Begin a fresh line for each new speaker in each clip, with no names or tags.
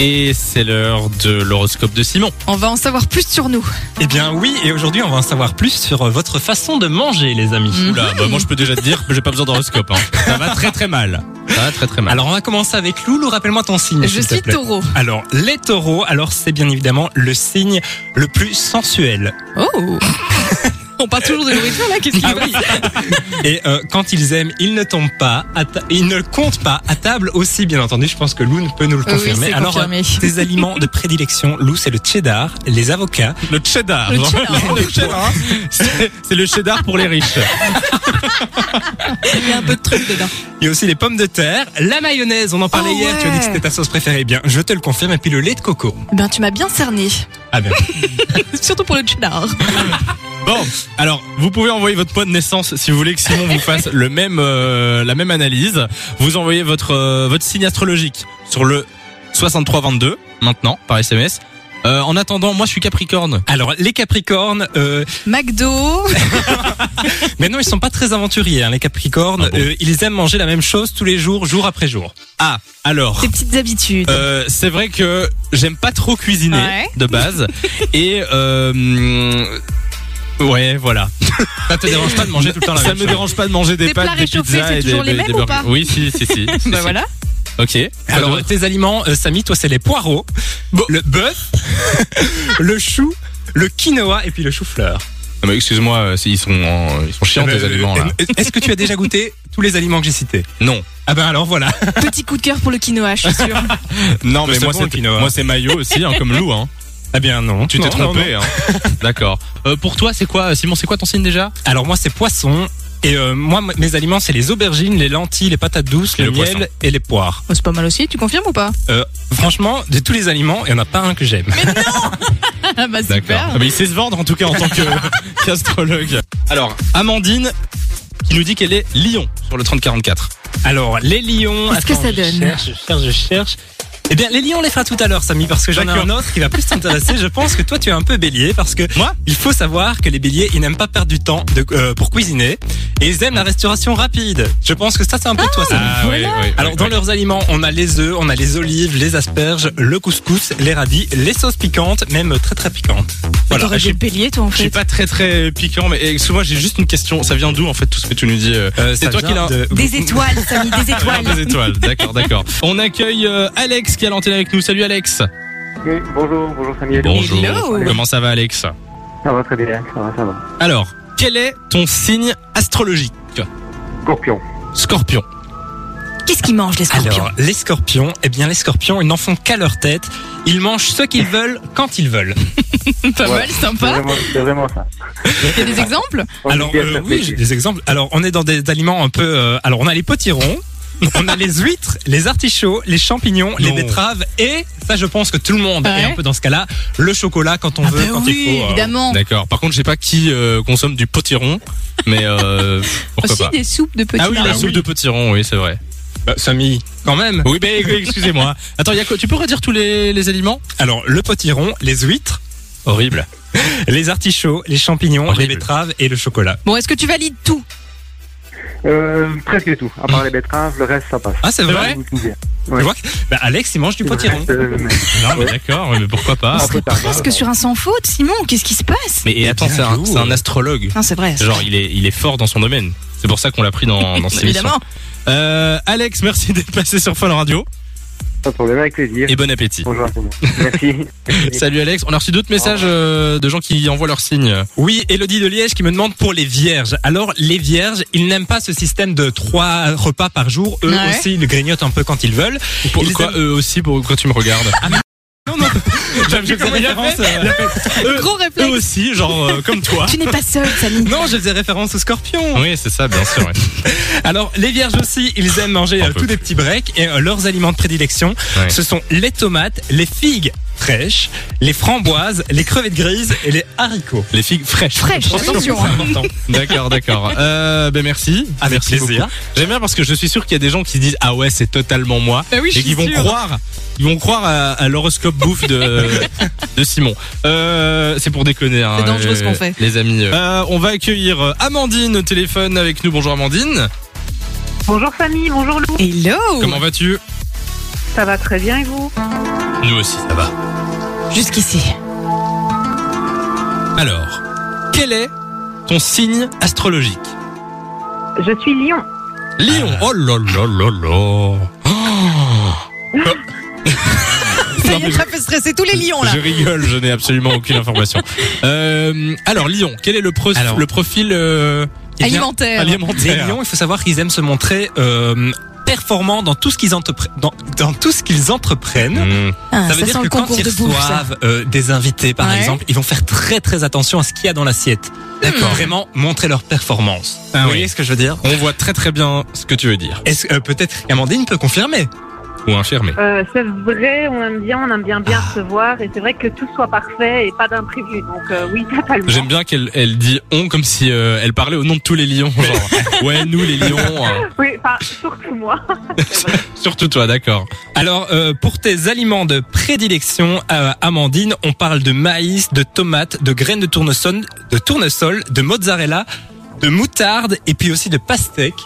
Et c'est l'heure de l'horoscope de Simon.
On va en savoir plus sur nous.
Eh bien oui, et aujourd'hui on va en savoir plus sur euh, votre façon de manger les amis.
Mhm.
Oula, bah moi je peux déjà te dire que j'ai pas besoin d'horoscope. hein. Ça va très très mal. Ça va très très mal.
Alors on va commencer avec Loulou, rappelle-moi ton signe.
Je
s'il te
suis
plaît.
taureau.
Alors les taureaux, alors c'est bien évidemment le signe le plus sensuel.
Oh On parle toujours de nourriture là, qu'est-ce qu'il y a
Et euh, quand ils aiment, ils ne tombent pas, à ta- ils ne comptent pas à table aussi bien entendu, je pense que Loulou peut nous le
Euh, Oui,
confirmer.
c'est
alors
confirmé.
euh, tes aliments de prédilection, Lou, c'est le cheddar, les avocats.
le cheddar.
Le
genre.
cheddar.
Le cheddar. C'est c'est le cheddar pour les riches.
Il y a un peu de truc dedans.
Il y a aussi les pommes de terre, la mayonnaise, on en parlait
Oh
hier, tu as dit
ouais.
que c'était ta sauce préférée. Eh bien, je te le confirme, et puis le lait de coco.
Ben tu m'as bien cerné.
Ah bien.
Surtout pour le cheddar.
Bon, alors vous pouvez envoyer votre poids de naissance si vous voulez que Simon vous fasse le même euh, la même analyse. Vous envoyez votre euh, votre signe astrologique sur le 6322 maintenant par SMS. Euh, en attendant, moi je suis Capricorne.
Alors les Capricornes, euh,
McDo.
mais non ils sont pas très aventuriers. hein, les Capricornes,
Ah bon
Euh, ils aiment manger la même chose tous les jours, jour après jour.
Ah, alors
Tes petites habitudes.
Euh, c'est vrai que j'aime pas trop cuisiner
Ouais.
de base et euh, hum, ouais voilà
Ça te dérange pas de manger tout le temps la
ça
même
me
chose
dérange pas de manger des
Des
pâtes
plats
des
réchauffés,
pizzas
c'est
et des,
toujours les
des-
mêmes
des
ou
burgers.
pas
oui si si si, Si,
Bah
si.
voilà.
ok
Alors tes aliments, euh, Samy, toi c'est les poireaux, le bœuf, le chou, le quinoa et puis le chou-fleur.
Non, mais excuse-moi euh, ils sont en- ils sont chiants
Euh,
tes
euh,
aliments là
euh, Est-ce que tu as déjà goûté tous les aliments que j'ai cités
non
Ah ben alors voilà.
Petit coup de cœur pour le quinoa, je suis sûre.
non mais
c'est
moi
bon, le
c'est
quinoa.
moi c'est maillot aussi hein, comme loup hein
Ah bien non.
tu t'es
Non, non, non.
trompé hein. d'accord Euh, pour toi c'est quoi Simon c'est quoi ton signe déjà
Alors moi c'est poisson. Et euh, moi, m- mes aliments, c'est les aubergines, les lentilles, les patates douces,
Et
le,
le
miel
poisson.
et les poires.
Oh, c'est pas mal aussi, tu confirmes ou pas
Euh, franchement, de tous les aliments, il n'y en a pas un que j'aime.
Ah bah
D'accord.
super.
Ah, Mais il sait se vendre en tout cas en tant que qu'astrologue. Alors, Amandine qui nous dit qu'elle est Lyon sur le 3044.
Alors, les lions...
Qu'est-ce que
attends,
ça
je
donne
cherche, Je cherche, je cherche. Eh bien, les lions, on les fera tout à l'heure, Samy, parce que j'en ai
D'accord.
un autre qui va plus t'intéresser. Je pense que toi, tu es un peu bélier, parce que
Moi
il faut savoir que les béliers, ils n'aiment pas perdre du temps de- euh, pour cuisiner, et ils aiment la restauration rapide. Je pense que ça, c'est un peu
Ah,
toi, Samy.
Ah,
Alors dans leurs aliments, on a les œufs, on a les olives, les asperges, le couscous, les radis, les sauces piquantes, même très très piquantes.
voilà,
T'aurais
je
dû
suis-
le bélier toi en
je suis
fait.
pas très très piquant, mais excuse-moi, j'ai juste une question. Ça vient d'où en fait tout ce que tu nous dis euh
Euh,
C'est
ça
toi qui
vient
l'as-
de-
Des étoiles, Samy, des étoiles.
Des étoiles, d'accord, d'accord. On accueille euh, Alex qui est à l'antenne avec nous. Salut Alex.
Oui, bonjour, bonjour Samuel.
Hello.
Comment ça va Alex
Ça va très bien, ça va, ça va.
Alors, quel est ton signe astrologique
Scorpion.
Scorpion.
Qu'est-ce qu'ils mangent les scorpions
Alors les scorpions, eh bien les scorpions, ils n'en font qu'à leur tête. Ils mangent ce qu'ils veulent quand ils veulent.
Pas
Ouais.
mal,
C'est
sympa.
vraiment, c'est vraiment ça.
Il y a des exemples
On
Alors
dit à
euh,
faire
oui, j'ai
plaisir.
des exemples. Alors on est dans des aliments un peu. euh, alors on a les potirons. On a les huîtres, les artichauts, les champignons, les
Non.
betteraves et ça je pense que tout le monde
Ouais.
est un peu dans ce cas-là, le chocolat quand on
Ah
veut,
bah
quand il
oui,
faut. euh,
évidemment.
D'accord. Par contre, je sais pas qui euh, consomme du potiron, mais euh, pourquoi
Aussi
pas.
des soupes de petits
Ah oui, la
marrons.
soupe de potiron, oui, c'est vrai.
Bah, Samy, quand même.
Oui, mais excusez-moi. Attends, y a quoi- tu peux redire tous les, les aliments
Alors le potiron, les huîtres,
Horrible.
les artichauts, les champignons,
Horrible.
les betteraves et le chocolat.
Bon, est-ce que tu valides tout
Euh, presque tout. À part les betteraves, le reste, ça passe.
Ah c'est
Je vous le dis.
Tu vois Bah, Alex il mange du
Le
potiron.
reste, euh, mais-
Non, mais d'accord, mais pourquoi
Ah,
pas
après, ça va.
Presque sur un sans faute, Simon, qu'est-ce qui se passe
Mais et attends, c'est un,
Bien
c'est un
joué.
astrologue.
Non, c'est vrai.
Genre, il est, il est fort dans son domaine. C'est pour ça qu'on l'a pris dans, dans cette émission.
Évidemment.
Euh, Alex, merci d'être passé sur Fun Radio
Pas de problème, avec plaisir.
et bon appétit.
Bonjour à tout le monde. Merci.
Salut Alex, on a reçu d'autres messages euh, de gens qui envoient leurs signes.
Oui, Elodie de Liège qui me demande pour les vierges. Alors les vierges, ils n'iment pas ce système de trois repas par jour. Eux
Ah Ouais.
aussi, ils le grignotent un peu quand ils veulent. Ils
Pourquoi
aiment-
eux aussi Pourquoi tu me regardes
Non non. J'aime bien
Comment il a
référence.
fait
euh,
Eux-
Gros
Eux
réflexe.
aussi, genre euh, comme toi.
Tu n'es pas seul, Samy.
Non, je faisais référence aux scorpions.
Oui, c'est ça, bien sûr. ouais.
Alors, les vierges aussi, ils aiment manger
Un
euh,
peu.
tous des petits breaks et euh, leurs aliments de prédilection,
Ouais.
ce sont les tomates, les figues fraîches, les framboises, les crevettes grises et les haricots.
Les figues fraîches.
Fraîche, attention. hein.
D'accord, d'accord. Euh, ben merci.
Avec
merci
plaisir.
beaucoup. J'aime bien parce que je suis sûr qu'il y a des gens qui se disent ah ouais c'est totalement moi
Bah oui, je
et qui
suis
vont
sûre.
croire, ils vont croire à, à l'horoscope bouffe de de Simon. Euh, c'est pour déconner. hein,
C'est dangereux ce
euh,
qu'on fait.
Les amis.
Hein
Euh, on va accueillir euh, Amandine au téléphone avec nous. Bonjour Amandine.
Bonjour famille, bonjour Lou.
Hello.
Comment vas-tu
Ça va très bien et vous
Nous aussi, ça va.
Jusqu'ici.
Alors, quel est ton signe astrologique
Je suis Lyon.
Lion. Oh là là là là.
Ça y est, ça fait stresser tous les lions là.
Je rigole, je n'ai absolument aucune information. Euh, alors, Lyon, quel est le, pro-
Alors.
le profil euh,
Eh bien,
Alimentaire.
Les
alimentaire
lions, il faut savoir qu'ils aiment se montrer euh, performants dans tout ce qu'ils entreprennent. Dans, dans tout ce qu'ils entreprennent.
Hmm.
Ah,
ça veut dire
sent
que
le
quand
concours
ils
de bouffe, ça.
reçoivent euh, des invités, par
Ouais.
exemple, ils vont faire très très attention à ce qu'il y a dans l'assiette. D'accord. Vraiment montrer leur performance.
Hmm. Ah
Vous
oui.
voyez ce que je veux dire
On voit très très bien ce que tu veux dire.
Est-ce euh, peut-être Amandine peut confirmer
Ou infirmé.
Euh, c'est vrai, on aime bien, on aime bien bien recevoir et c'est vrai que tout soit parfait et pas d'imprévu. Donc euh, oui, totalement.
J'aime bien qu'elle elle dit on comme si euh, elle parlait au nom de tous les lions. Genre, ouais, nous les lions. euh,
Oui, enfin, surtout moi.
surtout toi, d'accord.
Alors, euh, pour tes aliments de prédilection, euh, Amandine, on parle de maïs, de tomates, de graines de tournesol, de tournesol, de mozzarella, de moutarde et puis aussi de pastèque.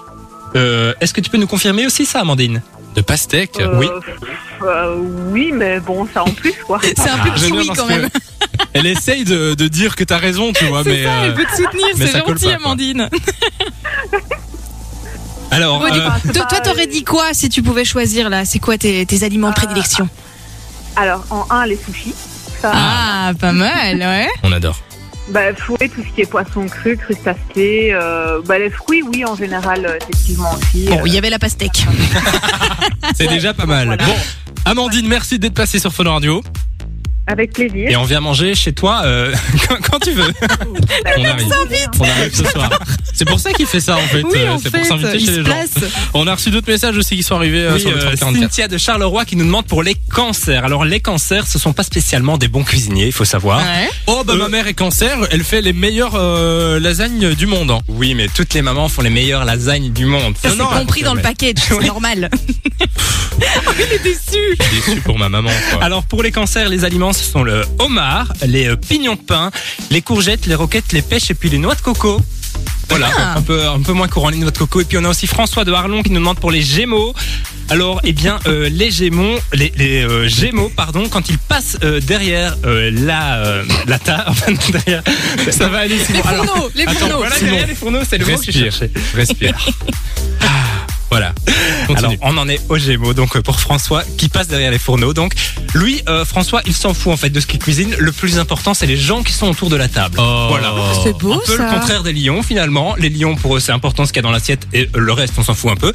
Euh, Est-ce que tu peux nous confirmer aussi ça, Amandine
De pastèque
Euh,
oui.
pff, euh, oui, mais bon, ça en plus quoi.
C'est
Ah,
un peu
J'aime bien
kiwi
parce
quand
que
même.
Elle essaye de, de dire que t'as raison, tu vois, mais.
C'est ça,
euh,
elle peut te soutenir,
mais
c'est
ça colle
gentil,
pas, quoi.
Amandine.
Alors,
Bon, du
euh,
coup,
c'est
toi, toi,
pas-
t'aurais dit quoi si tu pouvais choisir là C'est quoi tes, tes aliments de prédilection
Alors en un, les sushis. Ça,
Ah, pas mal, ouais.
On adore.
bah, fouet, tout ce qui est poisson cru, crustacés, euh, bah, les fruits, oui, en général, euh, effectivement aussi.
Bon, il y avait la pastèque.
C'est déjà pas mal.
Voilà.
Bon, Amandine, merci d'être passée sur Fun Radio.
Avec plaisir.
et on vient manger chez toi euh, quand, quand tu veux.
On arrive. On arrive ce soir. C'est pour ça qu'il fait ça en fait.
Oui,
euh,
en
C'est pour
fait,
s'inviter
il
chez
se
les gens.
place.
On a reçu d'autres messages aussi qui sont arrivés euh,
Oui,
sur le
euh,
3044.
Cynthia de Charleroi qui nous demande pour les cancers. Alors, les cancers, ce sont pas spécialement des bons cuisiniers, il faut savoir. Euh,
Ouais.
Oh bah ma mère est cancer, elle fait les meilleures euh, lasagnes du monde. hein.
Oui, mais toutes les mamans font les meilleures lasagnes du monde.
Ça,
Non,
c'est
non,
compris dans le
mais-
package, c'est normal. Oh, il est déçu.
Je suis déçu pour ma maman. quoi.
Alors pour les cancers, les aliments ce sont le homard, les euh, pignons de pain, les courgettes, les roquettes, les pêches et puis les noix de coco. Voilà,
Ah.
un peu un peu moins courant les noix de coco. Et puis on a aussi François de Harlon qui nous demande pour les Gémeaux. Alors eh bien euh, les Gémeaux, les, les, euh, Gémeaux pardon, quand ils passent euh, derrière euh, la euh, la table, enfin derrière, ça va aller.
Les
Simon. Alors,
fourneaux, les
attends,
fourneaux.
voilà,
Simon.
derrière les fourneaux, c'est le mot que je
Respire.
cherchais.
Respire. Ah, voilà.
Alors,
Continue.
on en est au Gémeaux, donc euh, pour François qui passe derrière les fourneaux. Donc, lui, euh, François, il s'en fout en fait de ce qu'il cuisine. Le plus important, c'est les gens qui sont autour de la table.
Oh.
Voilà.
Ah, C'est beau
un peu
ça.
le contraire des lions finalement. Les lions, pour eux, c'est important ce qu'il y a dans l'assiette et euh, le reste, on s'en fout un peu.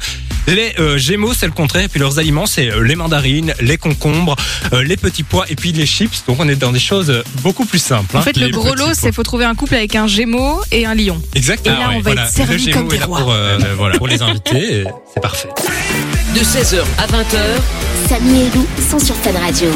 Les euh, Gémeaux, c'est le contraire. Et puis leurs aliments, c'est euh, les mandarines, les concombres, euh, les petits pois et puis les chips. Donc, on est dans des choses euh, beaucoup plus simples. hein.
En fait, le
Les
gros
petits
lot, c'est faut trouver un couple avec un gémeau et un lion.
Exactement.
Et là, on va être servi
le Gémeaux
comme des
est là
rois.
pour, euh, voilà, pour les invités. et C'est parfait.
De 16h à 20h,
Samy et Lou sont sur Fan Radio.